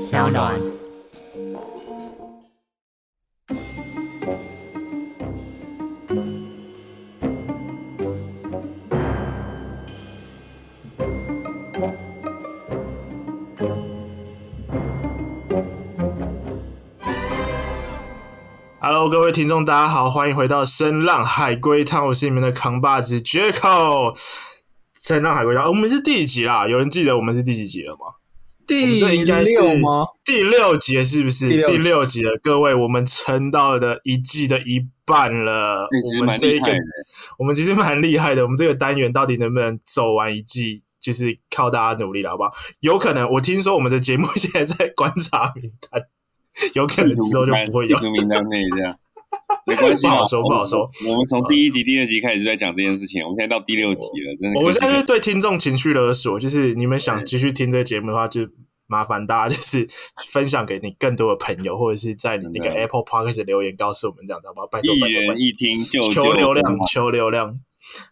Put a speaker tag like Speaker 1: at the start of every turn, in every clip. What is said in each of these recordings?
Speaker 1: 小暖。
Speaker 2: Hello，各位听众，大家好，欢迎回到《声浪海龟汤》，我是你们的扛把子 Jaco。声浪海龟汤、哦我们是第几集啦？有人记得我们是第几集了吗？我
Speaker 3: 第
Speaker 2: 们这应该是
Speaker 3: 六吗？
Speaker 2: 第六集了是不是？
Speaker 3: 第六集
Speaker 2: 第六集了，各位，我们撑到了一季的一半了。
Speaker 4: 那其实
Speaker 2: 我们
Speaker 4: 蛮
Speaker 2: 这一
Speaker 4: 厉害
Speaker 2: 个
Speaker 4: 的，
Speaker 2: 我们其实蛮厉害的。我们这个单元到底能不能走完一季，就是靠大家努力了，好不好？有可能，我听说我们的节目现在在观察名单，有可能之后就不会有
Speaker 4: 剔。除名单内这 样，没关系，
Speaker 2: 不好说不好说。
Speaker 4: 我们从第一集、第二集开始就在讲这件事情，我们现在到第六集了，真的。
Speaker 2: 我们现在就是对听众情绪勒索，就是你们想继续听这个节目的话，就麻烦大家就是分享给你更多的朋友，或者是在你那个
Speaker 4: 真的
Speaker 2: Apple Podcast 留言告诉我们这样子，好不好？拜托
Speaker 4: 一
Speaker 2: 拜托，拜
Speaker 4: 人一听就
Speaker 2: 托求流量，求流量。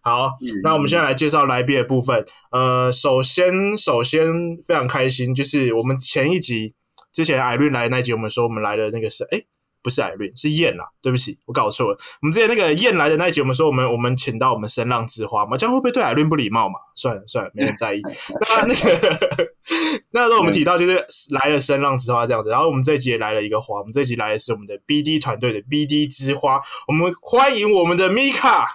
Speaker 2: 好，
Speaker 4: 嗯
Speaker 2: 那我们现在来介绍来宾的部分。呃，首先，首先非常开心，就是我们前一集之前艾瑞来的那一集，我们说我们来的那个是哎。不是艾瑞，是燕啦，对不起，我搞错了。我们之前那个燕来的那一集，我们说我们我们请到我们声浪之花嘛，这样会不会对艾瑞不礼貌嘛？算了算了，没人在意。那那个那时候我们提到就是来了声浪之花这样子，然后我们这一集也来了一个花，我们这一集来的是我们的 BD 团队的 BD 之花，我们欢迎我们的米卡。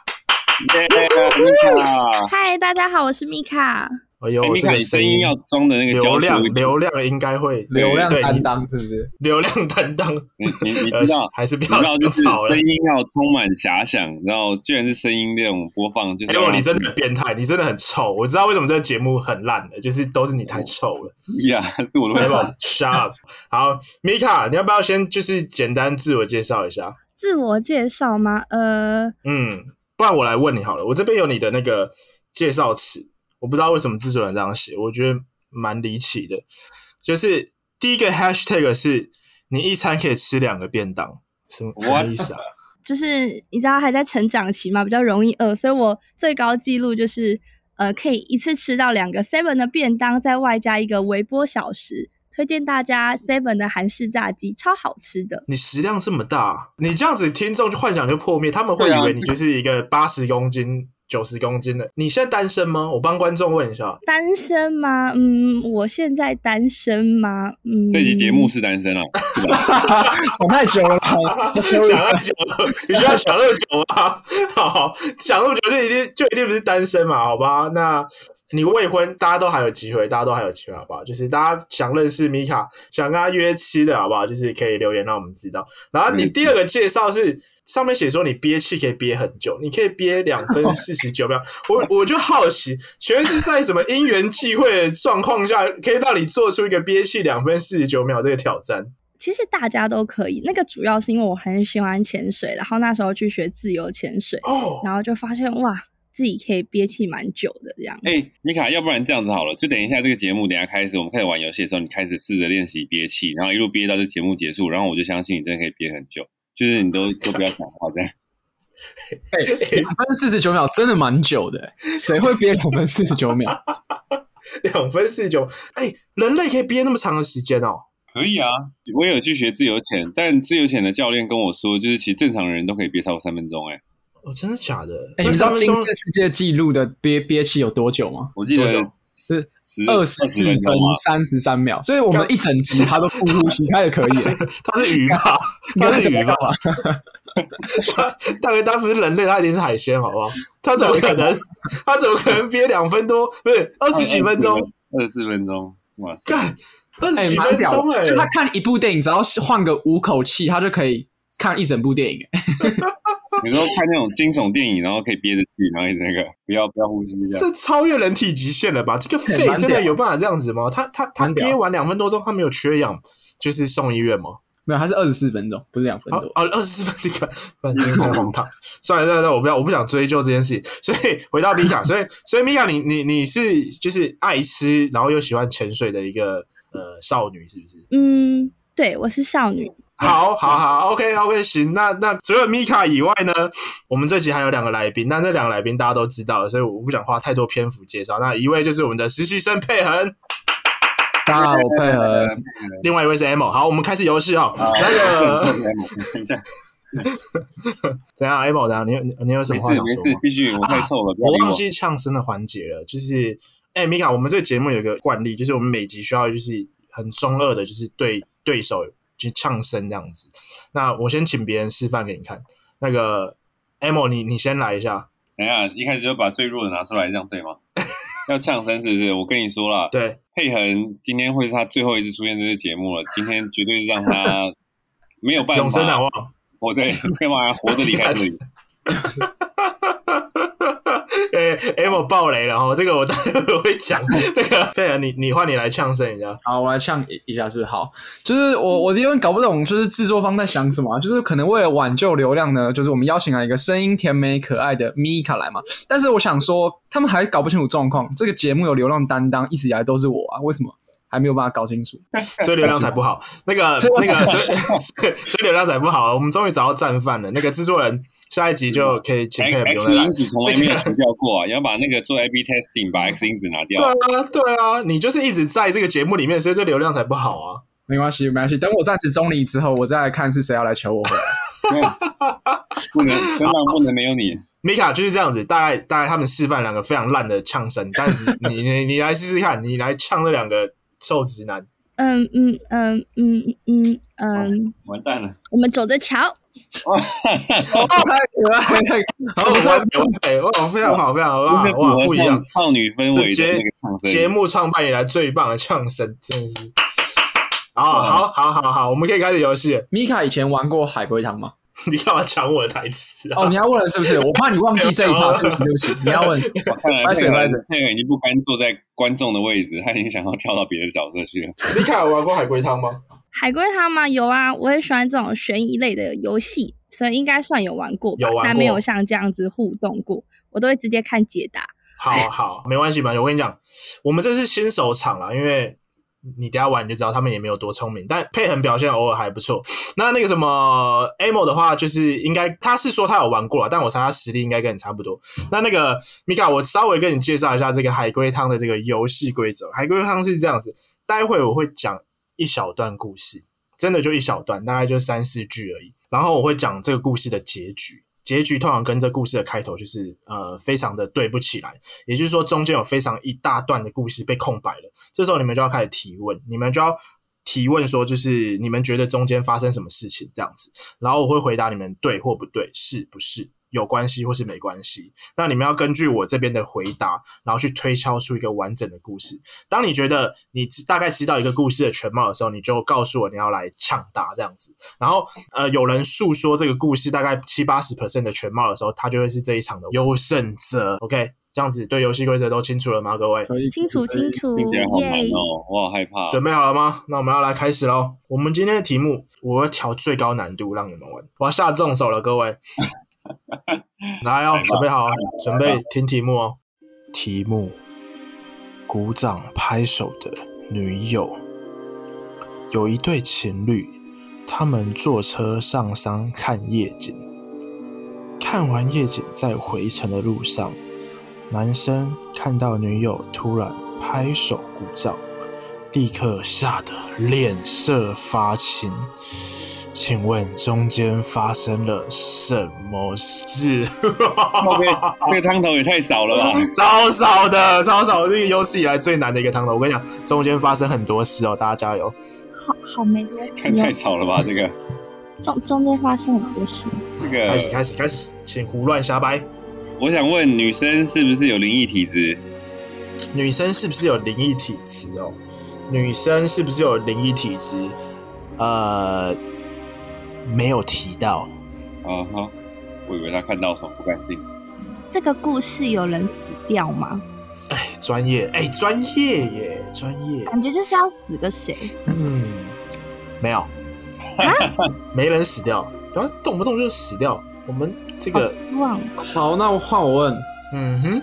Speaker 4: 耶， 米卡，
Speaker 5: 嗨，大家好，我是米卡。
Speaker 2: 哎呦，
Speaker 4: 哎米
Speaker 2: 这
Speaker 4: 卡，
Speaker 2: 个
Speaker 4: 你声音要装的那个
Speaker 2: 流
Speaker 4: 娇
Speaker 2: 量
Speaker 4: 羞，
Speaker 2: 流量应该会
Speaker 3: 流量
Speaker 2: 对
Speaker 3: 担当是不是？
Speaker 2: 流量担当，
Speaker 4: 你你你
Speaker 2: 呃
Speaker 4: 知道，，
Speaker 2: 还是不
Speaker 4: 你知
Speaker 2: 要
Speaker 4: 道
Speaker 2: 吐
Speaker 4: 就是
Speaker 2: 槽了
Speaker 4: 声。音要充满遐想，然后居然是声音那种播放，就是啊
Speaker 2: 哎呦，你真的很变态，你真的很臭。我知道为什么这个节目很烂了，就是都是你太臭了。
Speaker 4: 呀，是我
Speaker 2: 对
Speaker 4: 的
Speaker 2: 吧？Shut up。好，米卡，你要不要先就是简单自我介绍一下？
Speaker 5: 自我介绍吗？呃，
Speaker 2: 嗯，不然我来问你好了。我这边有你的那个介绍词，我不知道为什么制作人这样写，我觉得蛮离奇的。就是第一个 hashtag 是你一餐可以吃两个便当，什么什么
Speaker 4: What？
Speaker 2: 意思啊？
Speaker 5: 就是你知道还在成长期嘛，比较容易饿，所以我最高纪录就是呃，可以一次吃到两个 Seven 的便当，再外加一个微波小食。推荐大家 Seven 的韩式炸鸡，超好吃的。
Speaker 2: 你食量这么大，你这样子听众就幻想就破灭，他们会以
Speaker 4: 对啊
Speaker 2: 为你就是一个八十公斤、九十公斤的。你现在单身吗？我帮观众问一下。
Speaker 5: 单身吗？嗯，我现在单身吗？嗯，
Speaker 4: 这期节目是单身了，哦
Speaker 3: 想太久了啦，
Speaker 2: 想那么久，你需要想那么久吗？好，想那么久就一定就一定不是单身嘛，好吧？那你未婚，大家都还有机会，大家都还有机会，好不好？就是大家想认识米卡，想跟他约吃的，好不好？就是可以留言让我们知道。然后你第二个介绍是上面写说你憋气可以憋很久，你可以憋两分四十九秒。 我我就好奇，全是在什么因缘际会的状况下，可以让你做出一个憋气两分四十九秒这个挑战？
Speaker 5: 其实大家都可以。那个主要是因为我很喜欢潜水，然后那时候去学自由潜水，
Speaker 2: 哦，
Speaker 5: 然后就发现哇，自己可以憋气蛮久的这样。
Speaker 4: 哎、米卡，要不然这样子好了，就等一下这个节目，等一下开始我们开始玩游戏的时候，你开始试着练习憋气，然后一路憋到这节目结束，然后我就相信你真的可以憋很久，就是 你都都不要讲话这样。
Speaker 3: 两分四十九秒真的蛮久的欸，谁会憋两分四十九 秒？
Speaker 2: 两分四十九，哎，人类可以憋那么长的时间哦。
Speaker 4: 可以啊，我也有去学自由潜，但自由潜的教练跟我说，就是其实正常人都可以憋超过三分钟、哎，
Speaker 2: 哦，真的假的？
Speaker 3: 哎，
Speaker 2: 那
Speaker 3: 你知道
Speaker 2: 三分
Speaker 3: 金
Speaker 2: 钟
Speaker 3: 氏世界纪录的憋憋气有多久吗？
Speaker 4: 我记得
Speaker 2: 多久
Speaker 4: 是十
Speaker 3: 二十四
Speaker 4: 分
Speaker 3: 分
Speaker 4: 钟啊，
Speaker 3: 三十三秒，所以我们一整集他都不呼吸，他也可 以欸。
Speaker 2: 它是 鱼吧？它是鱼吧？它 大概它不是人类，它一定是海鲜，好不好？它怎么可能？它怎么可能憋两分多？不是二十几分钟？，
Speaker 4: 二十四分钟，哇塞！
Speaker 2: 干二十
Speaker 3: 哎，
Speaker 2: 几
Speaker 3: 蛮
Speaker 2: 分
Speaker 3: 屌
Speaker 2: 钟
Speaker 3: 的，
Speaker 2: 哎、
Speaker 3: 就他看一部电影，只要是换个五口气，他就可以看一整部电影欸。
Speaker 4: 有时候看那种惊悚电影，然后可以憋着气，然后一直那个不要不要呼吸这样。
Speaker 2: 这超越人体极限了吧？这个
Speaker 3: 哎
Speaker 2: 肺
Speaker 3: 蛮屌
Speaker 2: 真的有办法这样子吗？他他他
Speaker 3: 蛮屌
Speaker 2: 憋完两分多钟，他没有缺氧，就是送医院吗？
Speaker 3: 没有，他是二十四分钟，不是两分
Speaker 2: 好
Speaker 3: 多。
Speaker 2: 哦，二十四分这个，那这个太荒唐。 算了算了，算了，我不要，我不想追究这件事情。 所以回到米卡，所以所以米卡，你你你是就是爱吃，然后又喜欢潜水的一个呃少女，是不是？
Speaker 5: 嗯，对，我是少女。
Speaker 2: 好，好，好，OK OK，行。那那除了米卡以外呢，我们这集还有两个来宾，那这两个来宾大家都知道了，所以我不想花太多篇幅介绍。那一位就是我们的实习生佩恒。
Speaker 3: 大家好，我配
Speaker 4: 呃
Speaker 3: 合。
Speaker 2: 另外一位是 M，好，我们开始游戏哦。那 个
Speaker 4: 没
Speaker 2: 怎样，M 怎样？你有你你有什么话
Speaker 4: 事
Speaker 2: 想
Speaker 4: 没
Speaker 2: 说
Speaker 4: 事
Speaker 2: 吗，？
Speaker 4: 继续，我太臭了，不要
Speaker 2: 我
Speaker 4: 理
Speaker 2: 忘记呛声的环节了，就是哎、米卡，我们这个节目有一个惯例，就是我们每集需要就是很中二的，就是对对手去呛声这样子。那我先请别人示范给你看。那个 M，你你先来一下。
Speaker 4: 等一下，一开始就把最弱的拿出来，这样 对吗？要呛声是不是？我跟你说啦，
Speaker 2: 对，
Speaker 4: 佩恒今天会是他最后一次出现在这个节目了，今天绝对让 他没有办
Speaker 2: 永生难
Speaker 4: 法，
Speaker 2: 忘。
Speaker 4: 我在干嘛活着离开这里？
Speaker 2: 哎、m 爆雷了哦哈，这个我待会会讲。那个贝尔，你你换你来呛声一下。
Speaker 3: 好，我来呛一下，是不是好？就是我我有点搞不懂，就是制作方在想什么啊、就是可能为了挽救流量呢，就是我们邀请了一个声音甜美可爱的米卡来嘛。但是我想说，他们还搞不清楚状况，这个节目有流量担当，一直以来都是我啊，为什么还没有办法搞清楚？
Speaker 2: 所以流量才不好。那个
Speaker 3: 所以我
Speaker 2: 那个，所以所以流 量才不好。我们终于找到战犯了。那个制作人下一集就可以请配合
Speaker 4: X
Speaker 2: 流
Speaker 4: X
Speaker 2: 量来
Speaker 4: 因。子从来没有除掉过啊！你要把那个做 A/B testing，把 X 因子拿
Speaker 2: 对
Speaker 4: 掉。
Speaker 2: 啊，对啊，你就是一直在这个节目里面，所以这流量才不好啊。
Speaker 3: 没关系，没关系，等我暂时中立之后，我再来看是谁要来求我回来。
Speaker 4: 不能，真的不能没有你。
Speaker 2: 米卡就是这样子，大概大概他们示范两个非常烂的呛声，但你你你你来试试看，你来呛这两个臭直男。
Speaker 5: 嗯嗯嗯嗯嗯嗯，
Speaker 4: 完蛋了！
Speaker 5: 我们走着瞧。
Speaker 3: 哦，太可爱， 太 好，
Speaker 2: 不
Speaker 3: 我
Speaker 2: 错
Speaker 3: 完
Speaker 2: 不错哎，哇，非常好，非常好，
Speaker 4: 不是
Speaker 2: 哇
Speaker 4: 符合
Speaker 2: 哇，不一样。
Speaker 4: 少少女氛围的那个唱声。
Speaker 2: 节目创办以来最棒的呛声，真 的是。啊，好，好，好，好，我们可以开始游戏了。
Speaker 3: 米卡以前玩过海龟汤吗？
Speaker 2: 你干嘛抢我的台词啊？
Speaker 3: 哦，你要问了是不是？我怕你忘记这一趴，对不起，对不起，你要问是吗。
Speaker 4: 看来
Speaker 3: 拍
Speaker 4: 佩
Speaker 3: 谁拍谁
Speaker 4: 恒佩恒已经不甘坐在观众的位置，他已经想要跳到别的角色去了。
Speaker 2: 你看有玩过海龟汤吗？
Speaker 5: 海龟汤吗？有啊，我也喜欢这种悬疑类的游戏，所以应该算有玩过吧，
Speaker 2: 有玩
Speaker 5: 但没
Speaker 2: 过
Speaker 5: 有像这样子互动过，我都会直接看解答。
Speaker 2: 好好，没关系嘛。我跟你讲，我们这是新手场啦，因为你等一下玩你就知道他们也没有多聪明，但佩恒表现偶尔还不错。那那个什么 Amo 的话，就是应该他是说他有玩过啦，但我猜他实力应该跟你差不多。那那个米卡，我稍微跟你介绍一下这个海龟汤的这个游戏规则。海龟汤是这样子，待会我会讲一小段故事，真的就一小段，大概就三四句而已。然后我会讲这个故事的结局，结局通常跟这故事的开头就是呃非常的对不起来，也就是说中间有非常一大段的故事被空白了。这时候你们就要开始提问，你们就要提问说，就是你们觉得中间发生什么事情这样子，然后我会回答你们对或不对，是不是有关系或是没关系。那你们要根据我这边的回答，然后去推敲出一个完整的故事。当你觉得你知大概知道一个故事的全貌的时候，你就告诉我你要来抢答这样子。然后呃，有人述说这个故事大概七八十 percent 的全貌的时候，他就会是这一场的优胜者。OK，这样子对游戏规则都清楚了吗？各位
Speaker 3: 可以
Speaker 5: 清楚
Speaker 3: 可以
Speaker 5: 清楚，
Speaker 4: 听起来好难
Speaker 5: 耶！
Speaker 4: 哦，我好害怕。
Speaker 2: 准备好了吗？那我们要来开始喽。我们今天的题目，我要调最高难度让你们玩，我要下重手了，各 位。来哦
Speaker 4: 来吧，
Speaker 2: 准备好啊，准备听题目哦。题目：鼓掌拍手的女友。有一对情侣，他们坐车上山看夜景。看完夜景，在回程的路上，男生看到女友突然拍手鼓掌，立刻吓得脸色发青。请问中间发生了什么事？
Speaker 4: 后面这个汤头也太少了吧？
Speaker 2: 超少的，超少的，这个有史以来最难的一个汤头。我跟你讲，中间发生很多事哦，大家加油！
Speaker 5: 好好没逻辑
Speaker 4: 看 太
Speaker 5: 哦，
Speaker 4: 少了吧？这个
Speaker 5: 中中间发生很多事。
Speaker 4: 这
Speaker 2: 开始，
Speaker 4: 个，
Speaker 2: 开始，开始，请胡乱瞎掰。
Speaker 4: 我想问女生是不是有灵异体质？
Speaker 2: 女生是不是有灵异体质哦？女生是不是有灵异体质？呃，没有提到。
Speaker 4: 啊哈，我以为她看到什么不干净。
Speaker 5: 这个故事有人死掉吗？
Speaker 2: 哎，专业，哎，专业耶，专业。
Speaker 5: 感觉就是要死个谁？
Speaker 2: 嗯，没有，没人死掉，然后动不动就死掉。我们这个，
Speaker 5: 忘了，
Speaker 3: 好，那我换我问，
Speaker 2: 嗯哼，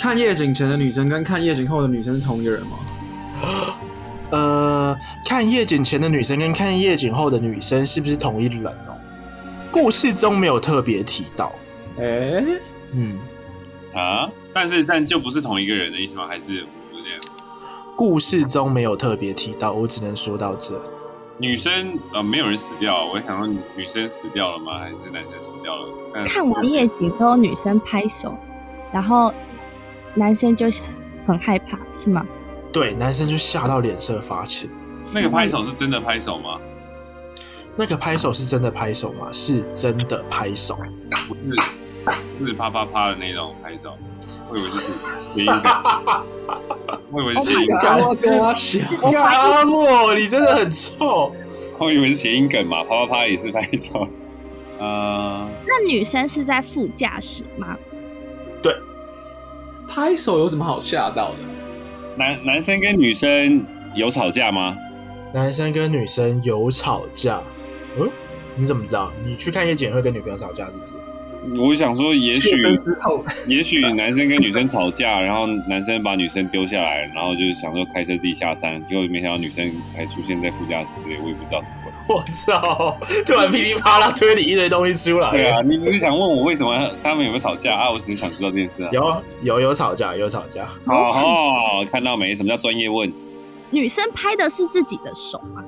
Speaker 3: 看夜景前的女生跟看夜景后的女生是同一个人吗？
Speaker 2: 呃，看夜景前的女生跟看夜景后的女生是不是同一人哦？故事中没有特别提到。
Speaker 3: 哎、
Speaker 2: 嗯，
Speaker 4: 啊，但是但就不是同一个人的意思吗？还是我有点
Speaker 2: 故事中没有特别提到，我只能说到这。
Speaker 4: 女生呃，没有人死掉，我想说女生死掉了吗？还是男生死掉了？但
Speaker 5: 看完夜景都有女生拍手，然后男生就很害怕，是吗？
Speaker 2: 对，男生就吓到脸色发青。
Speaker 4: 那个拍手是真的拍手吗？
Speaker 2: 那个拍手是真的拍手吗？是真的拍手，
Speaker 4: 不是，不是啪啪啪的那种拍手，我以为是谐音梗，我以为是谐音
Speaker 5: Oh my
Speaker 4: 梗
Speaker 5: god，
Speaker 3: 我跟他想，
Speaker 2: 阿莫，你真的很臭。
Speaker 4: 我以为是谐音梗嘛，啪啪啪也是拍手。呃，
Speaker 5: 那女生是在副驾驶吗？
Speaker 3: 拍手有什么好吓到的？
Speaker 4: 男男生跟女生有吵架吗？
Speaker 2: 男生跟女生有吵架，嗯，你怎么知道？你去看夜景会跟女朋友吵架是 不是？
Speaker 4: 我想说，也许
Speaker 3: 切身之痛，
Speaker 4: 也许男生跟女生吵架，然后男生把女生丢下来，然后就是想说开车自己下山，结果没想到女生还出现在副驾驶之类，我也不知道怎么会。
Speaker 2: 我操！突然噼里啪啦推你一堆东西出来。
Speaker 4: 对啊，你只是想问我为什么他们有没有吵架啊？我只是想知道这件事啊。
Speaker 2: 有有有吵架，有吵架。
Speaker 4: 哦，看到没？什么叫专业问？
Speaker 5: 女生拍的是自己的手吗？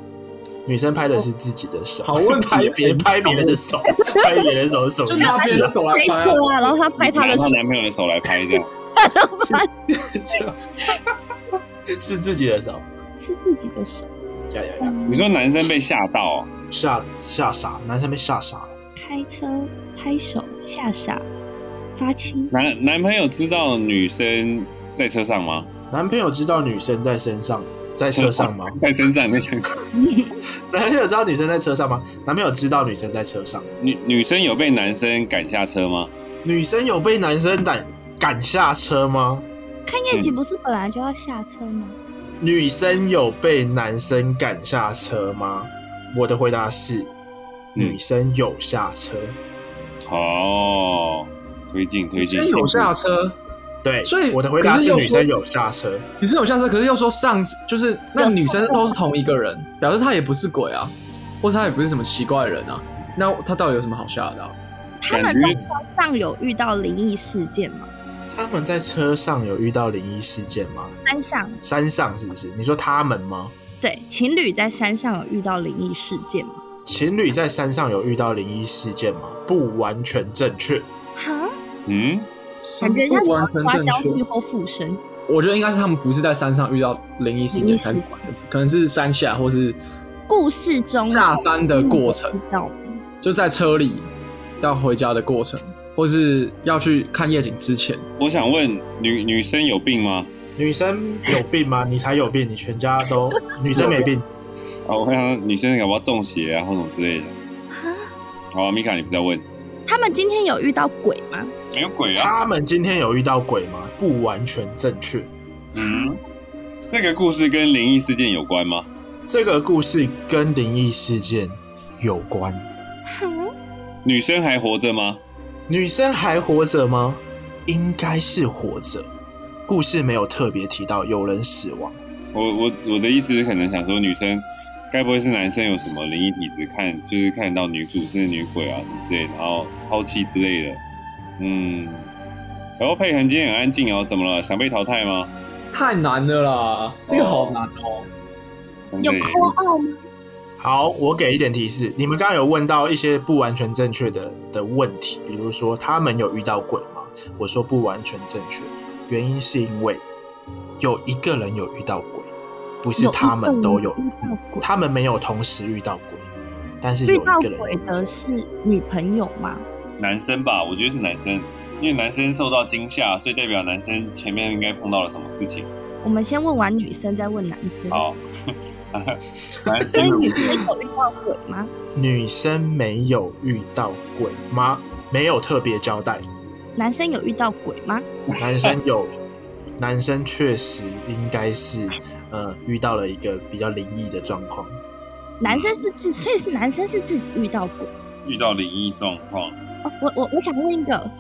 Speaker 2: 女生拍的是自己的手，
Speaker 3: 好问题欸
Speaker 2: 拍别拍别人的 手，拍别人的手是什么意
Speaker 3: 就拿别
Speaker 2: 思
Speaker 3: 人
Speaker 2: 啊？
Speaker 3: 手来
Speaker 5: 没
Speaker 3: 拍啊，
Speaker 5: 错啊，然后她拍她
Speaker 4: 拿
Speaker 5: 的
Speaker 4: 她
Speaker 5: 手，
Speaker 4: 男朋友的手来拍这样。
Speaker 2: 是自己的手，
Speaker 5: 是自己的手。
Speaker 2: 呀呀呀！
Speaker 4: 你说男生被吓到、
Speaker 2: 吓吓傻，男生被吓傻了。
Speaker 5: 开车拍手吓傻，发青。
Speaker 4: 男男朋友知道女生在车上吗？
Speaker 2: 男朋友知道女生在身上，在车上吗？
Speaker 4: 在身上在想，
Speaker 2: 男朋友知道女生在车上吗？男朋友知道女生在车上吗，
Speaker 4: 女女生有被男生赶下车吗？
Speaker 2: 女生有被男生赶赶下车吗？
Speaker 5: 看夜景不是本来就要下车吗？
Speaker 2: 女生有被男生赶下车吗？我的回答是，女生有下车。
Speaker 4: 哦，推进推
Speaker 3: 女
Speaker 4: 进，
Speaker 3: 生有下车，
Speaker 2: 对，
Speaker 3: 所以
Speaker 2: 我的回答
Speaker 3: 可是
Speaker 2: 是
Speaker 3: 又
Speaker 2: 女生
Speaker 3: 说
Speaker 2: 有下车。
Speaker 3: 女生有下车，可是又说上就是那女生都是同一个人，表示她也不是鬼啊，或者她也不是什么奇怪的人啊，那她到底有什么好吓到？
Speaker 5: 他
Speaker 4: 感
Speaker 5: 们在
Speaker 4: 觉
Speaker 5: 车上有遇到灵异事件吗？
Speaker 2: 他们在车上有遇到灵异事件吗？
Speaker 5: 山上
Speaker 2: 山上是不是？你说他们吗？
Speaker 5: 对情侣在山上有遇到灵异事件吗？
Speaker 2: 情侣在山上有遇到灵异事件吗？不完全正确。
Speaker 5: 哈，
Speaker 4: 嗯，
Speaker 5: 感觉像
Speaker 3: 不
Speaker 5: 是
Speaker 3: 完全
Speaker 5: 刮
Speaker 3: 正
Speaker 5: 交
Speaker 3: 确。
Speaker 5: 替或附身。
Speaker 3: 我觉得应该是他们不是在山上遇到灵异事件才是关的，可能是山下或是
Speaker 5: 故事中
Speaker 3: 下山的过程
Speaker 5: 知，道吗？
Speaker 3: 就在车里要回家的过程，或是要去看夜景之前。
Speaker 4: 我想问女女生有病吗？
Speaker 2: 女生有病吗？你才有病，你全家都女生没病。
Speaker 4: 啊，我想女生搞不好中邪啊，或什么之类的。
Speaker 5: 哈，
Speaker 4: 好啊，米卡，你不要问，
Speaker 5: 他们今天有遇到鬼吗？
Speaker 4: 没有鬼啊。
Speaker 2: 他们今天有遇到鬼吗？不完全正确。
Speaker 4: 嗯，这个故事跟灵异事件有关吗？
Speaker 2: 这个故事跟灵异事件有关。
Speaker 5: 哈，
Speaker 4: 女生还活着吗？
Speaker 2: 女生还活着吗？应该是活着。故事没有特别提到有人死亡。
Speaker 4: 我我我的意思是，可能想说女生，该不会是男生有什么灵异体质，看就是看得到女主是女鬼啊什么之类的，然后抛弃之类的。嗯，然后佩恒今天很安静哦，怎么了？想被淘汰吗？
Speaker 3: 太难了啦，这个好难哦。
Speaker 4: 真
Speaker 5: 有
Speaker 4: 的耶
Speaker 5: 扣傲吗？
Speaker 2: 好，我给一点提示。你们刚刚有问到一些不完全正确的的问题，比如说他们有遇到鬼吗？我说不完全正确，原因是因为有一个人有遇到鬼，不是他们都有，嗯
Speaker 5: 遇到鬼，
Speaker 2: 他们没有同时遇到鬼，但是有
Speaker 5: 遇
Speaker 2: 一
Speaker 5: 到
Speaker 2: 个人有
Speaker 5: 鬼
Speaker 2: 遇到
Speaker 5: 的是女朋友吗？
Speaker 4: 男生吧，我觉得是男生，因为男生受到惊吓，所以代表男生前面应该碰到了什么事情。
Speaker 5: 我们先问完女生，再问男生。
Speaker 4: 好， 男
Speaker 5: 所 以
Speaker 4: 生
Speaker 5: 女生有遇到鬼吗？
Speaker 2: 女生没有遇到鬼吗？没有特别交代，
Speaker 5: 男生有遇到鬼吗？
Speaker 2: 男生有，男生确实应该是呃遇到了一个比较灵异的状况。
Speaker 5: 男生是自，所以是男生是自己遇到鬼。
Speaker 4: 遇到灵异状况，
Speaker 5: 哦、我我我想问一个，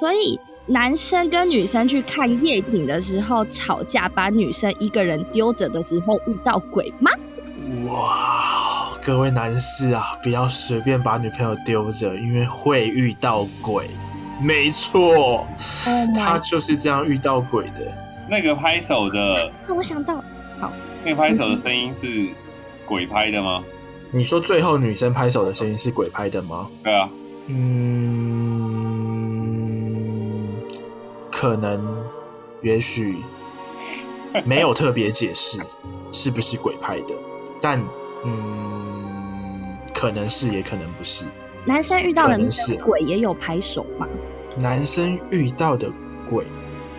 Speaker 5: 所以男生跟女生去看夜景的时候吵架，把女生一个人丢着的时候遇到鬼吗？
Speaker 2: 哇，各位男士啊，不要随便把女朋友丢着，因为会遇到鬼。没错，
Speaker 5: 哦
Speaker 2: 他就是这样遇到鬼的。
Speaker 4: 那个拍手的
Speaker 5: 那我想到好，
Speaker 4: 那个拍手的声音是鬼拍的吗？
Speaker 2: 你说最后女生拍手的声音是鬼拍的吗？
Speaker 4: 对啊，
Speaker 2: 嗯，可能，也许没有特别解释是不是鬼拍的，但嗯，可能是也可能不是。
Speaker 5: 男生遇到
Speaker 2: 可
Speaker 5: 的
Speaker 2: 能
Speaker 5: 那
Speaker 2: 是
Speaker 5: 个
Speaker 2: 啊
Speaker 5: 鬼也有拍手吗？
Speaker 2: 男生遇到的鬼，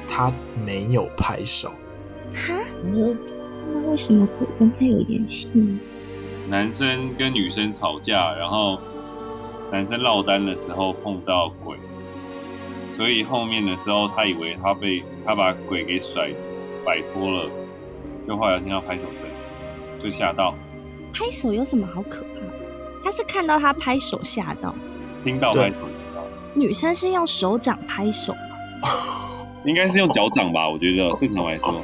Speaker 2: 他没有拍 手，啊
Speaker 5: 哈？那为什么鬼跟他有联系呢？
Speaker 4: 男生跟女生吵架，然后男生落单的时候碰到鬼，所以后面的时候他以为他被他把鬼给甩摆脱了，就后来听到拍手声，就吓到，
Speaker 5: 拍手有什么好可怕的？他是看到他拍手吓到，
Speaker 4: 听到
Speaker 2: 对
Speaker 4: 拍手吓到，
Speaker 5: 女生是用手掌拍手吗，
Speaker 4: 应该是用脚掌吧？我觉得正常来说，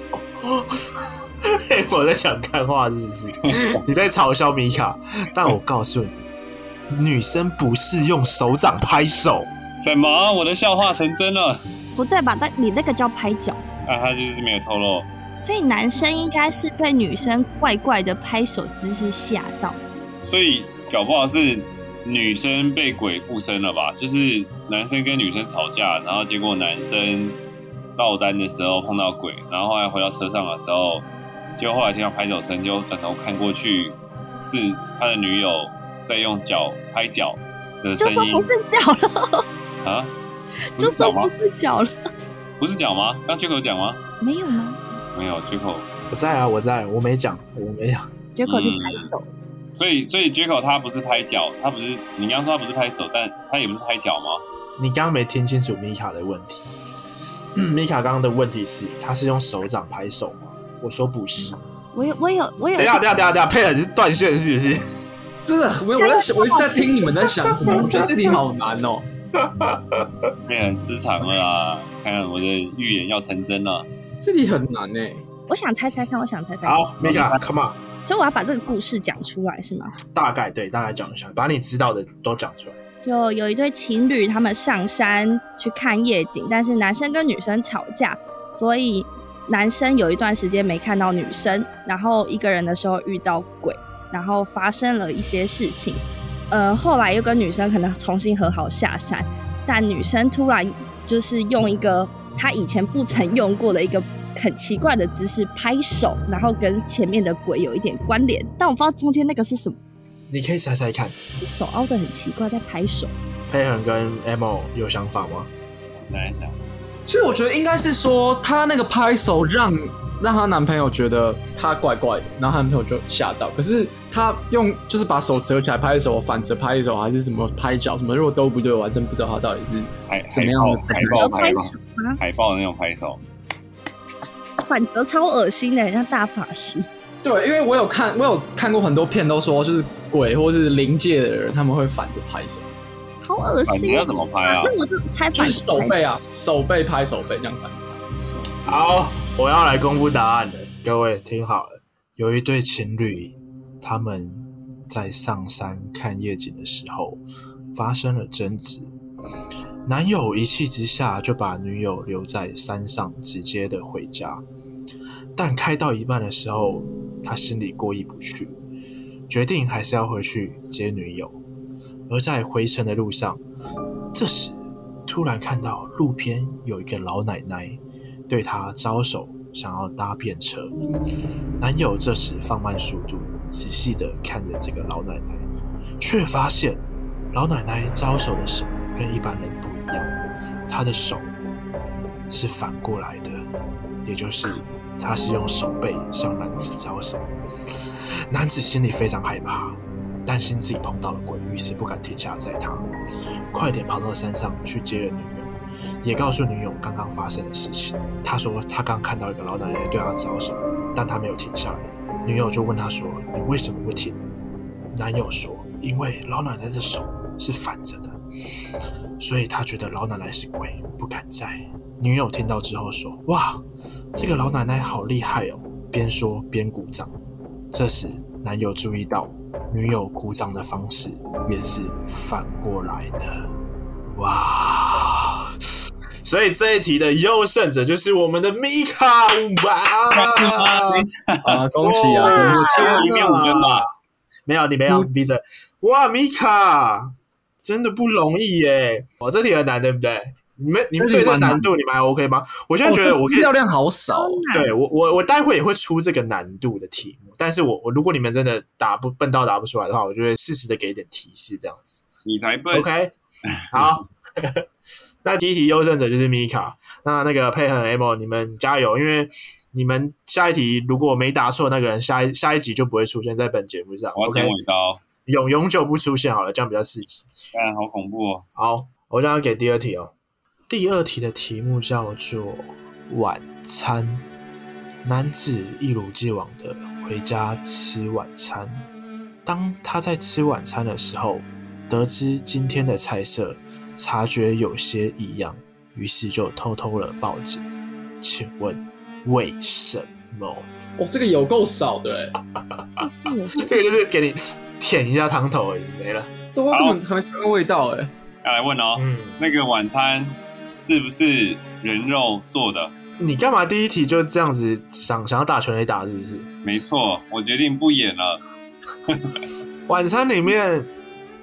Speaker 2: 嘿，欸我在想看话是不 是？你在嘲笑米卡？但我告诉你，女生不是用手掌拍手，
Speaker 4: 什么？我的笑话成真了？
Speaker 5: 不对吧？那你那个叫拍脚，
Speaker 4: 啊，他就是没有透露，
Speaker 5: 所以男生应该是被女生怪怪的拍手姿势吓到。
Speaker 4: 所以搞不好是女生被鬼附身了吧？就是男生跟女生吵架，然后结果男生落单的时候碰到鬼，然后后来回到车上的时候，就后来听到拍手声，就转头看过去，是他的女友在用脚拍脚的
Speaker 5: 就
Speaker 4: 声
Speaker 5: 说
Speaker 4: 音
Speaker 5: 不是脚了，
Speaker 4: 啊，不
Speaker 5: 就是
Speaker 4: 脚
Speaker 5: 说
Speaker 4: 吗
Speaker 5: 不？是脚了，
Speaker 4: 不是脚吗？刚 j a 讲吗？
Speaker 5: 没有吗？
Speaker 4: 没有 j a
Speaker 2: 我在啊，我在，我没讲，我没讲，
Speaker 5: 结果
Speaker 2: 嗯
Speaker 5: 就拍手，
Speaker 4: 所以所以 j a 他不是拍脚，他不是你刚刚说他不是拍手，但他也不是拍脚吗？
Speaker 2: 你刚刚没听清楚米卡的问题。 米卡刚刚的问题是，她是用手掌拍手吗？我说不是。
Speaker 5: 我有我有我有
Speaker 2: 嗯等一下，等一下，等一下，等一下，佩尔是断线是不是？
Speaker 3: 真的，我我在想我一直在听你们在想什么，我觉得这题好难哦。
Speaker 4: 变很失常了啦！看看我的预言要成真了。
Speaker 3: 这题很难哎、
Speaker 5: 我想猜猜看，我想猜猜看，
Speaker 2: 好，米卡，come on，
Speaker 5: 所以我要把这个故事讲出来是吗？
Speaker 2: 大概对，大概讲一下，把你知道的都讲出来。
Speaker 5: 就有一对情侣，他们上山去看夜景，但是男生跟女生吵架，所以男生有一段时间没看到女生，然后一个人的时候遇到鬼，然后发生了一些事情，呃，后来又跟女生可能重新和好下山，但女生突然就是用一个她以前不曾用过的一个很奇怪的姿势拍手，然后跟前面的鬼有一点关联，但我不知道中间那个是什么，
Speaker 2: 你可以猜猜看，
Speaker 5: 手凹的很奇怪，在拍手。
Speaker 2: 佩恒跟 Emo 有想法吗？
Speaker 4: 来想，
Speaker 3: 其实我觉得应该是说，她那个拍手让让她男朋友觉得她怪怪的，然后她男朋友就吓到。可是她用就是把手折起来拍手，反折拍手，还是什么拍脚什么，如果都不对，我还真不知道她到底是
Speaker 4: 海
Speaker 3: 怎
Speaker 4: 海
Speaker 3: 么样
Speaker 4: 报
Speaker 3: 的
Speaker 4: 海
Speaker 5: 只
Speaker 4: 报
Speaker 5: 有
Speaker 3: 要
Speaker 4: 拍
Speaker 5: 拍
Speaker 4: 吧，
Speaker 5: 手吗？
Speaker 4: 海报的那种拍手，
Speaker 5: 反折超恶心的，很像大法师。
Speaker 3: 对，因为我有看，我有看过很多片，都说就是鬼或是灵界的人，他们会反着拍手，
Speaker 5: 好恶
Speaker 4: 反正
Speaker 5: 心
Speaker 4: 要
Speaker 5: 哦！
Speaker 4: 怎么拍啊？
Speaker 5: 那我就猜
Speaker 3: 就
Speaker 5: 反
Speaker 3: 是手
Speaker 5: 折。
Speaker 3: 背啊，手背拍手背这样拍。
Speaker 2: 好，我要来公布答案了，各位听好了。有一对情侣，他们在上山看夜景的时候发生了争执，男友一气之下就把女友留在山上，直接的回家。但开到一半的时候，他心里过意不去，决定还是要回去接女友。而在回程的路上，这时突然看到路边有一个老奶奶对他招手，想要搭便车。男友这时放慢速度，仔细的看着这个老奶奶，却发现老奶奶招手的手跟一般人不一样，她的手是反过来的，也就是她是用手背向男子招手。男子心里非常害怕，担心自己碰到了鬼，于是不敢停下载他，快点跑到山上去接了女友，也告诉女友刚刚发生的事情。他说他刚看到一个老奶奶对他招手，但他没有停下来。女友就问他说：“你为什么不停？”男友说：“因为老奶奶的手是反着的，所以他觉得老奶奶是鬼，不敢载。”女友听到之后说：“哇，这个老奶奶好厉害哦！”边说边鼓掌。这时，男友注意到女友鼓掌的方式也是反过来的。哇，所以这一题的优胜者就是我们的米卡，哇！
Speaker 3: 啊，恭喜啊！
Speaker 2: 哇
Speaker 3: 恭喜
Speaker 2: 天哪
Speaker 4: 一面五分吧，
Speaker 2: 没有，你没
Speaker 3: 嗯
Speaker 2: 有，你闭嘴！哇，米卡真的不容易耶！哇，这题很难，对不对？你们你们对这个难度你们还 OK 吗？我现在觉得我可以
Speaker 3: 哦料量好少哦，
Speaker 5: 好难
Speaker 2: 对我我我待会也会出这个难度的题目，但是我我如果你们真的答不笨到答不出来的话，我就会适时的给一点提示，这样子。
Speaker 4: 你才笨。
Speaker 2: OK，好， 那第一题优胜者就是米卡，那那个佩恒 M，你们加油，因为你们下一题如果没答错那个人，下一下一集就不会出现在本节目上。
Speaker 4: 我要剪
Speaker 2: OK，
Speaker 4: 尾刀，
Speaker 2: 永永久不出现好了，这样比较刺激。
Speaker 4: 看好恐怖哦！
Speaker 2: 好，我这样给第二题哦。第二题的题目叫做晚餐。男子一如既往的回家吃晚餐。当他在吃晚餐的时候，得知今天的菜色，察觉有些异样，于是就偷偷的报警。请问为什么？
Speaker 3: 我这个有够少的哎，
Speaker 4: 啊
Speaker 5: 是
Speaker 2: 这个就是给你舔一下汤头而已，没了。
Speaker 3: 对啊，根本还没尝过味道哎。
Speaker 4: 要来问哦，
Speaker 2: 嗯，
Speaker 4: 那个晚餐是不是人肉做的？
Speaker 2: 你干嘛第一题就这样子想想要打全垒打是不是？
Speaker 4: 没错，我决定不演了。
Speaker 2: 晚餐里面，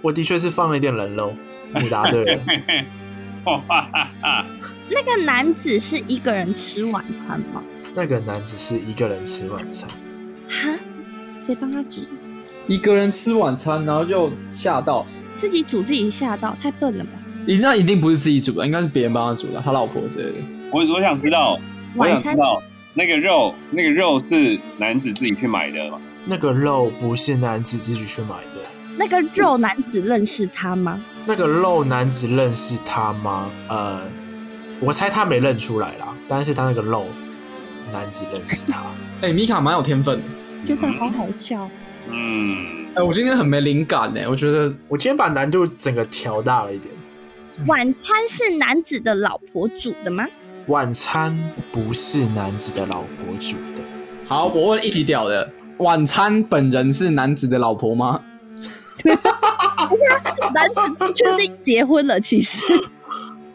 Speaker 2: 我的确是放了一点人肉。你答对了，
Speaker 4: 嘿嘿，哇哈哈哈！
Speaker 5: 那个男子是一个人吃晚餐吗？
Speaker 2: 那个男子是一个人吃晚餐，
Speaker 5: 哈，谁帮他煮？
Speaker 3: 一个人吃晚餐，然后就吓到。
Speaker 5: 自己煮自己吓到，太笨了吧？
Speaker 3: 那一定不是自己煮的，应该是别人帮他煮的，他老婆之类的。
Speaker 4: 我我想知道，我
Speaker 5: 嗯晚
Speaker 4: 想
Speaker 5: 餐
Speaker 4: 知道那个肉，那个肉是男子自己去买的吗？
Speaker 2: 那个肉不是男子自己去买的，
Speaker 5: 那个肉男子认识他吗？
Speaker 2: 那个肉男子认识他吗？呃，我猜他没认出来啦，但是他那个肉男子认识他。
Speaker 3: 哎、米卡蛮有天分的。
Speaker 5: 觉得好好笑。哦
Speaker 4: 嗯，
Speaker 3: 哎、我今天很没灵感哎，我觉得
Speaker 2: 我今天把难度整个调大了一点。
Speaker 3: 嗯
Speaker 5: 晚餐是男子的老婆煮的吗？
Speaker 2: 晚餐不是男子的老婆煮的，
Speaker 3: 好。我问一题屌的，晚餐本人是男子的老婆吗？
Speaker 5: 男子不确定结婚了，其实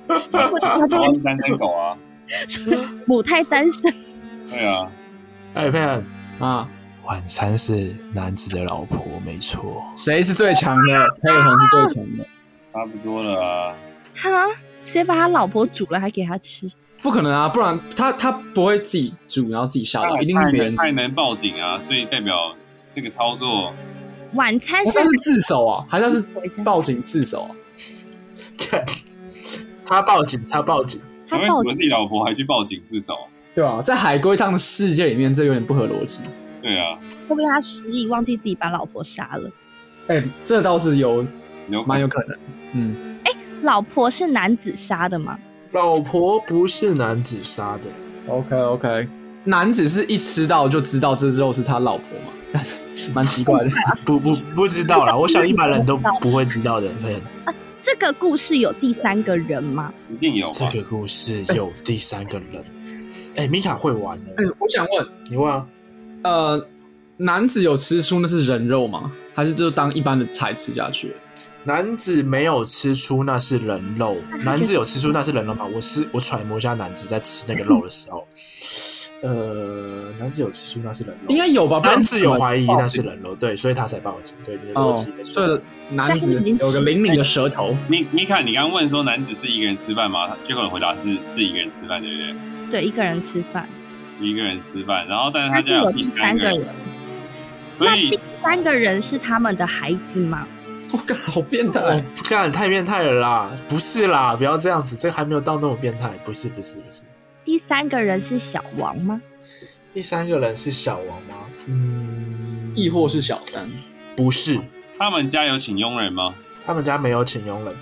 Speaker 4: 我要是单身狗啊，
Speaker 5: 母胎单身。
Speaker 4: 对啊，
Speaker 2: 哎，佩恩，
Speaker 3: 啊，
Speaker 2: 晚餐是男子的老婆，没错。
Speaker 3: 谁是最强的？黑友是最强的，
Speaker 4: 差不多了啊。
Speaker 5: 哈，谁把他老婆煮了还给他吃？
Speaker 3: 不可能啊，不然他他不会自己煮，然后自己吓到，
Speaker 4: 啊太
Speaker 3: 一定是别人
Speaker 4: 太。太能报警啊，所以代表这个操作
Speaker 5: 晚餐
Speaker 3: 那
Speaker 5: 是
Speaker 3: 他是自首啊，还是
Speaker 5: 回
Speaker 3: 他
Speaker 5: 家
Speaker 3: 是报警自首啊？
Speaker 2: 看，他报警，他报警。
Speaker 5: 他
Speaker 4: 请问
Speaker 5: 报
Speaker 4: 什
Speaker 5: 警
Speaker 4: 么自己老婆还去报警自首？
Speaker 3: 对啊，在海龟汤的世界里面，这有点不合逻辑。
Speaker 4: 对啊，
Speaker 5: 会不会他失忆，忘记自己把老婆杀了？
Speaker 3: 哎、这倒是有
Speaker 4: 有可
Speaker 3: 蛮
Speaker 4: 能
Speaker 3: 有可能。嗯，
Speaker 5: 老婆是男子杀的吗？
Speaker 2: 老婆不是男子杀的，
Speaker 3: OK OK，男子是一吃到就知道这肉是他老婆嘛， 蛮奇怪 的。哎
Speaker 2: 不不不知道啦，我想一般人都不会知道的。对，
Speaker 5: 这个故事有第三个人吗？
Speaker 4: 一定有
Speaker 2: 这
Speaker 4: 吧？
Speaker 2: 个故事有第三个人。哎、米卡会玩的，
Speaker 3: 嗯，我想问，
Speaker 2: 你问啊？
Speaker 3: 呃，男子有吃出那是人肉吗？还是就当一般的菜吃下去？
Speaker 2: 男子没有吃出那是人肉，
Speaker 3: 嗯
Speaker 2: 男子有吃出那是人肉吗？我是我揣摩一下男子在吃那个肉的时候，呃，男子有吃出那是人肉，
Speaker 3: 应该有吧？不然
Speaker 2: 男子有怀疑
Speaker 3: 怎么
Speaker 2: 那是人肉，对，所以他才报警。对，你的逻
Speaker 3: 哦
Speaker 2: 辑没，错。
Speaker 3: 所以男子有个灵敏的舌头，
Speaker 4: 米米卡，你刚刚问说男子是一个人吃饭吗？结果你回答是是一个人吃饭，对不对？
Speaker 5: 对，一个人吃饭，
Speaker 4: 一个人吃饭，然后但是他
Speaker 5: 但是
Speaker 4: 家
Speaker 5: 有
Speaker 4: 有
Speaker 5: 第
Speaker 4: 第
Speaker 5: 三
Speaker 4: 三
Speaker 5: 个
Speaker 4: 个人，
Speaker 5: 人。
Speaker 4: 所
Speaker 5: 那
Speaker 4: 以
Speaker 5: 第三个人是他们的孩子吗？
Speaker 3: 我靠，好变
Speaker 2: 哦
Speaker 3: 态！，
Speaker 2: 干太变态了啦！不是啦，不要这样子，这还没有到那种变态。不是，不是，不是。
Speaker 5: 第三个人是小王吗？
Speaker 2: 第三个人是小王吗？嗯，
Speaker 3: 亦或是小三？
Speaker 2: 不是，
Speaker 4: 他们家有请佣人吗？
Speaker 2: 他们家没有请佣人。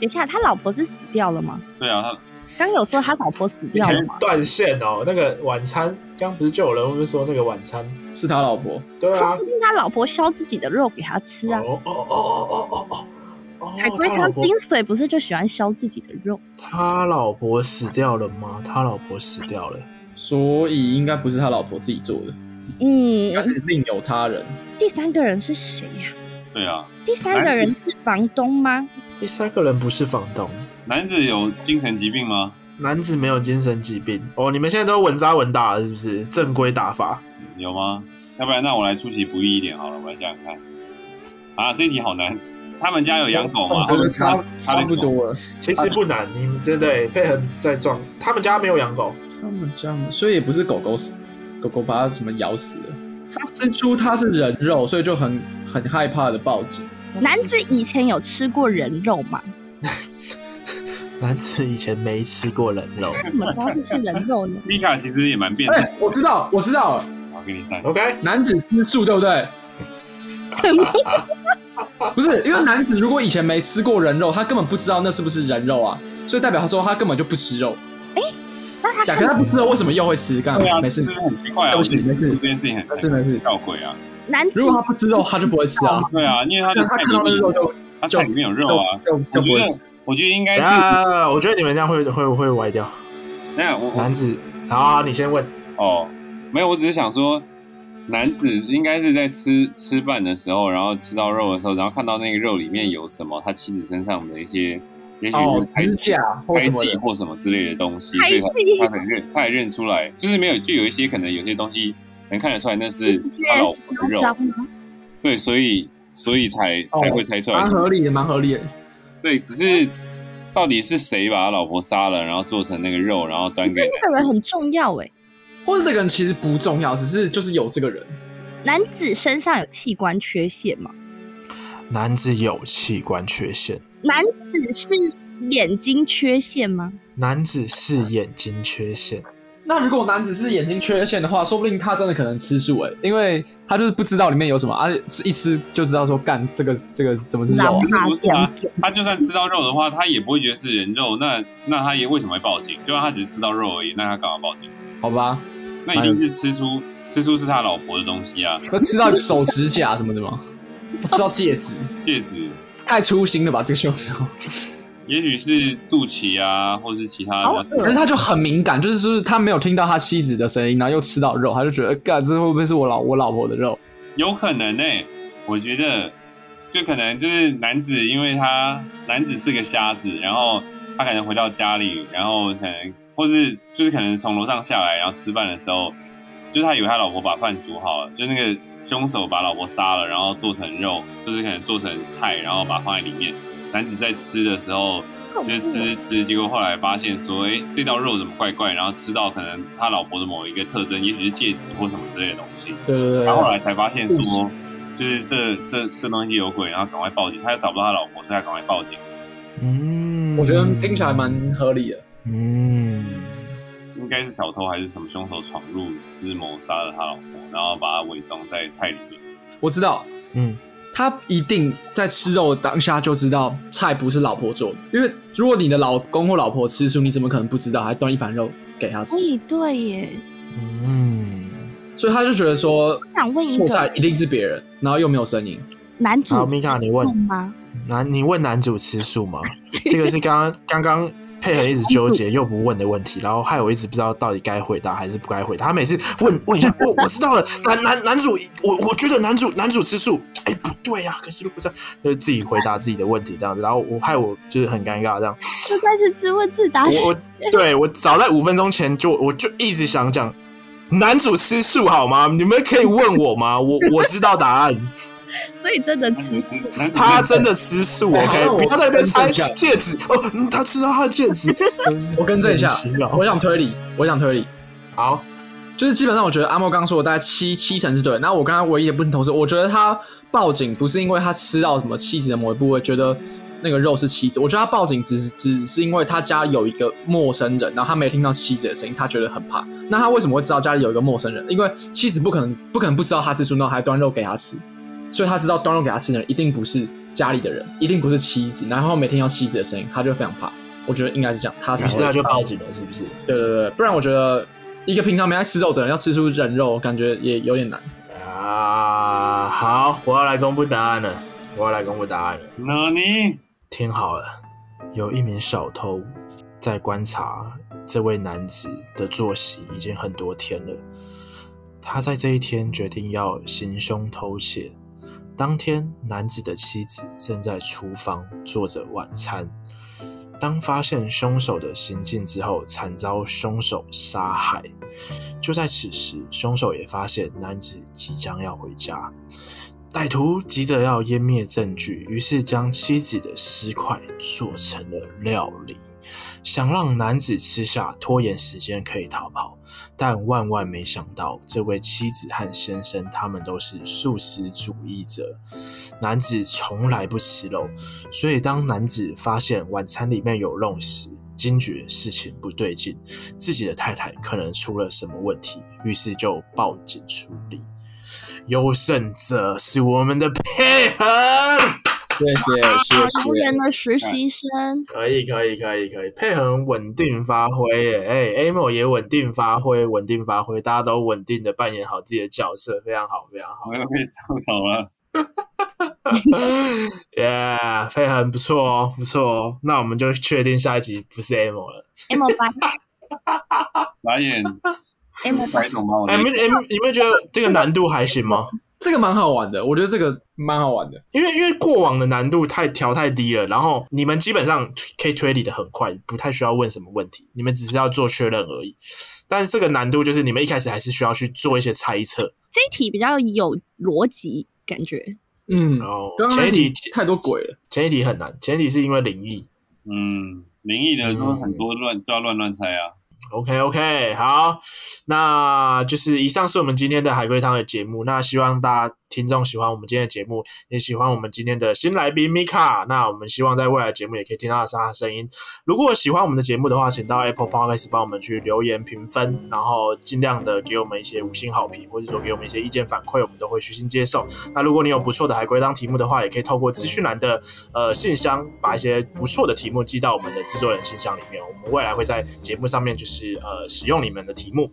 Speaker 5: 等一下，他老婆是死掉了吗？
Speaker 4: 对啊，他
Speaker 5: 刚有说他老婆死
Speaker 2: 你
Speaker 5: 掉
Speaker 2: 可
Speaker 5: 了
Speaker 2: 能
Speaker 5: 吗？
Speaker 2: 断线哦。那个晚餐，刚不是就有人问说那个晚餐？
Speaker 3: 是他老婆，
Speaker 2: 对
Speaker 5: 说
Speaker 2: 啊
Speaker 5: 不，定他老婆削自己的肉给他吃啊。
Speaker 2: 哦哦哦哦哦哦哦，
Speaker 5: 海龟
Speaker 2: 他老
Speaker 5: 汤
Speaker 2: 婆
Speaker 5: 精髓不是就喜欢削自己的肉？
Speaker 2: 他老婆死掉了吗？他老婆死掉了。
Speaker 3: 所以应该不是他老婆自己做的，
Speaker 5: 嗯
Speaker 3: 应，该是另有他人。
Speaker 5: 第三个人是谁呀、
Speaker 4: 对啊，
Speaker 5: 第三个人是房东吗？
Speaker 2: 第三个人不是房东，
Speaker 4: 男子有精神疾病吗？
Speaker 2: 男子没有精神疾病哦，你们现在都稳扎稳打了是不是？正规打法，
Speaker 4: 有吗？要不然那我来出其不意一点好了，我来想想看。啊，这题好难。他们家有养狗吗？
Speaker 3: 我觉得差
Speaker 4: 差
Speaker 3: 差不多了。
Speaker 2: 其实不难，你们真的欸配合在撞。他们家没有养狗，
Speaker 3: 他们这样，所以也不是狗狗死，狗狗把它什么咬死了。它吃出它是人肉，所以就很很害怕的报警。
Speaker 5: 男子以前有吃过人肉 吗？
Speaker 2: 男子以前没吃过人肉。
Speaker 5: 那怎么知道这是人肉 呢？
Speaker 4: 米卡其实也蛮变
Speaker 3: 哎、
Speaker 4: 态。
Speaker 3: 我知道，我知道了，
Speaker 4: 我给你上，
Speaker 2: OK，
Speaker 3: 男子吃素对不对？不是，因为男子如果以前没吃过人肉，他根本不知道那是不是人肉啊，所以代表他说他根本就不吃肉。哎、可是他不吃肉，为什么又会吃？干
Speaker 4: 对啊，
Speaker 3: 没事，
Speaker 4: 就是很奇怪啊，
Speaker 3: 对不起没事
Speaker 4: 这件事情很
Speaker 3: 没事没事。
Speaker 4: 吊诡啊。
Speaker 5: 男子
Speaker 3: 如果他不吃肉，他就不会吃啊。
Speaker 4: 对啊，因为他
Speaker 3: 那
Speaker 4: 的
Speaker 3: 他
Speaker 4: 菜
Speaker 3: 看到那
Speaker 4: 里
Speaker 3: 个肉就
Speaker 4: 他菜里面有肉啊。
Speaker 3: 就
Speaker 4: 我
Speaker 3: 就就不
Speaker 4: 觉
Speaker 3: 会啊
Speaker 4: 得
Speaker 3: 吃。
Speaker 4: 我觉得应该
Speaker 2: 等一
Speaker 4: 是，
Speaker 2: 下，我觉得你们这样会会会歪掉。
Speaker 4: 那我我
Speaker 2: 男子，好啊、你先问。
Speaker 4: 哦，没有，我只是想说，男子应该是在吃吃饭的时候，然后吃到肉的时候，然后看到那个肉里面有什么他妻子身上的一些，也许
Speaker 3: 哦
Speaker 4: 是，胎
Speaker 3: 指
Speaker 4: 记、
Speaker 3: 甲或
Speaker 4: 胎
Speaker 3: 什么的
Speaker 4: 记。或什么之类的东西，
Speaker 5: 胎
Speaker 4: 所以
Speaker 5: 记
Speaker 4: 他他很认，他也认出来，就是没有，就有一些可能有些东西能看得出来那是他老婆的
Speaker 5: 不
Speaker 4: 肉
Speaker 5: 招，吗？
Speaker 4: 对，所以所以才才会猜出来
Speaker 3: 蛮合理的，蛮合理的。
Speaker 4: 对，只是到底是谁把他老婆杀了，然后做成那个肉，然后端
Speaker 5: 我觉
Speaker 4: 给
Speaker 5: 得这个人很重要哎。
Speaker 3: 或者这个人其实不重要，只是就是有这个人。
Speaker 5: 男子身上有器官缺陷吗？
Speaker 2: 男子有器官缺陷，
Speaker 5: 男子是眼睛缺陷吗？
Speaker 2: 男子是眼睛缺陷。
Speaker 3: 那如果男子是眼睛缺陷的话，说不定他真的可能吃素哎、因为他就是不知道里面有什么，而、啊、吃一吃就知道说干这个这个怎么是肉、啊
Speaker 5: 狼。
Speaker 4: 啊
Speaker 5: 啊
Speaker 4: 不是啊
Speaker 5: 扁扁
Speaker 4: 他就算吃到肉的话，他也不会觉得是人肉，那那他也为什么会报警？就算他只是吃到肉而已，那他干嘛报警？
Speaker 3: 好吧，
Speaker 4: 那一定是吃出吃出是他老婆的东西 啊，
Speaker 3: 那吃到手指甲什么的吗？ 吃到戒指，
Speaker 4: 戒指，
Speaker 3: 太粗心了吧，这个凶 手。
Speaker 4: 也许是肚脐啊，或是其他
Speaker 5: 好
Speaker 4: 的。
Speaker 3: 可是
Speaker 5: 恶，
Speaker 3: 他就很敏感，就是说他没有听到他妻子的声音，然后又吃到肉，他就觉得呃干这会不会是我老我老婆的肉？
Speaker 4: 有可能呢、我觉得就可能就是男子，因为他男子是个瞎子，然后他可能回到家里，然后可能或是就是可能从楼上下来，然后吃饭的时候，就是他以为他老婆把饭煮好了，就是那个凶手把老婆杀了，然后做成肉，就是可能做成菜，然后把它放在里面。男子在吃的时候。就是吃吃，结果后来发现说，哎、这道肉怎么怪怪？然后吃到可能他老婆的某一个特征，也许是戒指或什么之类的东西。
Speaker 3: 对对对
Speaker 4: 然后后
Speaker 3: 对，
Speaker 4: 来才发现说，就是这这这东西有鬼，然后赶快报警。他又找不到他老婆，所以他赶快报警。
Speaker 2: 嗯，
Speaker 3: 我觉得听起来蛮合理的。
Speaker 2: 嗯，
Speaker 4: 应该是小偷还是什么凶手闯入，就是谋杀了他老婆，然后把他伪装在菜里面。
Speaker 3: 我知道，
Speaker 2: 嗯，
Speaker 3: 他一定在吃肉的当下就知道菜不是老婆做的，因为如果你的老公或老婆吃素，你怎么可能不知道还端一盘肉给他吃？
Speaker 5: 哎，对耶，
Speaker 2: 嗯，
Speaker 3: 所以他就觉得说
Speaker 5: 我想问一
Speaker 3: 做菜
Speaker 5: 个
Speaker 3: 一定是别人，然后又没有声音。
Speaker 5: 男主
Speaker 2: 好，米卡，你问
Speaker 5: 动吗？
Speaker 2: 男，你问男主吃素吗？这个是刚 刚刚刚佩恒一直纠结又不问的问题，然后害我一直不知道到底该回答还是不该回答。他每次问问一下，哦我我知道了， 男男男主，我我觉得男主男主吃素，哎、不对呀、可是如果这样，就是自己回答自己的问题这样子，然后我害我就是很尴尬这样。
Speaker 5: 就开始自问自答，
Speaker 2: 我我对我早在五分钟前就我就一直想讲。男主吃素好吗？你们可以问我吗？我我知道答案。
Speaker 5: 所以真的
Speaker 4: 男
Speaker 5: 吃
Speaker 4: 子
Speaker 5: 素。
Speaker 4: 男子
Speaker 2: 他真的吃素
Speaker 3: 对
Speaker 2: ，OK，
Speaker 3: 那我
Speaker 2: 不要在那边猜
Speaker 3: 更正
Speaker 2: 戒指哦，嗯他吃到他的戒指。
Speaker 3: 我更正一下
Speaker 2: 莫名其妙，
Speaker 3: 我想推理，我想推理，
Speaker 2: 好，
Speaker 3: 就是基本上我觉得阿莫刚刚说的大概七七成是对的。那我跟他唯一的不同是，我觉得他报警不是因为他吃到什么妻子的某一部位，觉得那个肉是妻子。我觉得他报警只是只是因为他家有一个陌生人，然后他没听到妻子的声音，他觉得很怕。那他为什么会知道家里有一个陌生人？因为妻子不可能不可能不知道他吃素，然后还端肉给他吃，所以他知道端肉给他吃的人一定不是家里的人，一定不是妻子。然后每听到妻子的声音，他就非常怕。我觉得应该是这样，他才
Speaker 2: 于
Speaker 3: 会
Speaker 2: 是他就报警了，是不是？
Speaker 3: 对对对，不然我觉得一个平常没爱吃肉的人要吃出人肉，感觉也有点难。
Speaker 2: 啊，好，我要来公布答案了，我要来公布答案了。
Speaker 4: 那你
Speaker 2: 听好了，有一名小偷在观察这位男子的作息已经很多天了。他在这一天决定要行凶偷窃。当天，男子的妻子正在厨房做着晚餐，当发现凶手的行径之后，惨遭凶手杀害。就在此时，凶手也发现男子即将要回家，歹徒急着要湮灭证据，于是将妻子的尸块做成了料理，想让男子吃下，拖延时间可以逃跑。但万万没想到，这位妻子和先生他们都是素食主义者，男子从来不吃肉，所以当男子发现晚餐里面有肉时，惊觉事情不对劲，自己的太太可能出了什么问题，于是就报警处理。优胜者是我们的配合，
Speaker 3: 谢谢谢
Speaker 5: 啊，无言
Speaker 3: 谢。
Speaker 5: 的实习生，
Speaker 4: 嗯
Speaker 2: 可以可以可以可以，配合稳定发挥耶，哎、a m o 也稳定发挥，稳定发挥，大家都稳定的扮演好自己的角色，非常好，非常好
Speaker 4: 我要被烧到了。
Speaker 2: ，Yeah，配合不错哦，不错哦，那我们就确定下一集不是 Amo 了。
Speaker 5: m 白
Speaker 4: 眨眼，
Speaker 5: ，M 白
Speaker 4: 白，总把我的
Speaker 2: 哎，你们你们你们觉得这个难度还行吗？
Speaker 3: 这个蛮好玩的，我觉得这个蛮好玩的。
Speaker 2: 因为因为过往的难度太调太低了，然后你们基本上可以推理的很快，不太需要问什么问题，你们只是要做确认而已。但是这个难度就是你们一开始还是需要去做一些猜测。
Speaker 5: 这一题比较有逻辑感觉，
Speaker 3: 嗯，
Speaker 2: 然后
Speaker 3: 刚刚
Speaker 2: 前
Speaker 3: 那
Speaker 2: 一题
Speaker 3: 题太多鬼了。
Speaker 2: 前一题很难，前一题是因为灵异。
Speaker 4: 嗯，灵异的都很多乱，就要乱乱猜啊。
Speaker 2: OK OK，好，那就是以上是我们今天的海龟汤的节目。那希望大家听众喜欢我们今天的节目，也喜欢我们今天的新来宾 Mika。那我们希望在未来节目也可以听到她的声音。如果喜欢我们的节目的话，请到 Apple Podcast 帮我们去留言评分，然后尽量的给我们一些五星好评，或者说给我们一些意见反馈，我们都会虚心接受。那如果你有不错的海龟汤题目的话，也可以透过资讯栏的呃信箱，把一些不错的题目寄到我们的制作人信箱里面。我们未来会在节目上面就是呃使用你们的题目。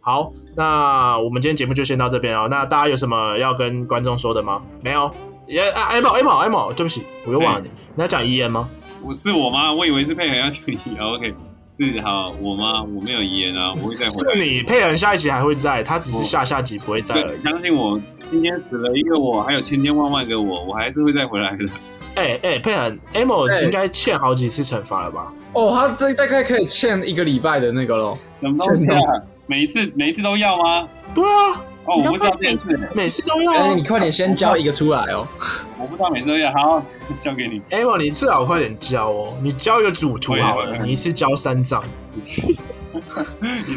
Speaker 2: 好，那我们今天节目就先到这边哦。那大家有什么要跟观众说的吗？没有。也啊，M M M，对不起，我又忘了你。你要讲遗言吗？
Speaker 4: 我是我妈，我以为是配合要求你。OK，是好，我妈我没有遗言啊，我会再回
Speaker 2: 是
Speaker 4: 来。
Speaker 2: 你佩恩下一集还会在，他只是下下集不会在而
Speaker 4: 对，
Speaker 2: 已。
Speaker 4: 相信我，今天死了一个我，还有千千万万个我，我还是会再回来的。
Speaker 2: 哎哎，佩恩 M
Speaker 3: 哎
Speaker 2: 应该欠好几次惩罚了吧？
Speaker 3: 哦，他这大概可以欠一个礼拜的那个咯。
Speaker 4: 怎么都这样？每一次每一次都要吗？
Speaker 2: 对啊，
Speaker 4: 哦，我
Speaker 5: 你都
Speaker 4: 不知道这件事，
Speaker 2: 每次都要
Speaker 3: 哎、
Speaker 2: 啊
Speaker 3: 你。快点先交一个出来哦。
Speaker 4: 我不知道每次都要。好，交给你。
Speaker 2: M 你最好快点交哦，你交一个主图好
Speaker 4: 会会
Speaker 2: 了，
Speaker 4: 会
Speaker 2: 你一次交三张。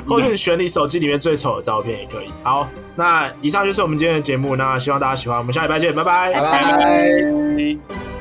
Speaker 2: 或者是选你手机里面最丑的照片也可以。好，那以上就是我们今天的节目，那希望大家喜欢，我们下礼拜见，拜拜
Speaker 3: 拜拜。
Speaker 4: 拜。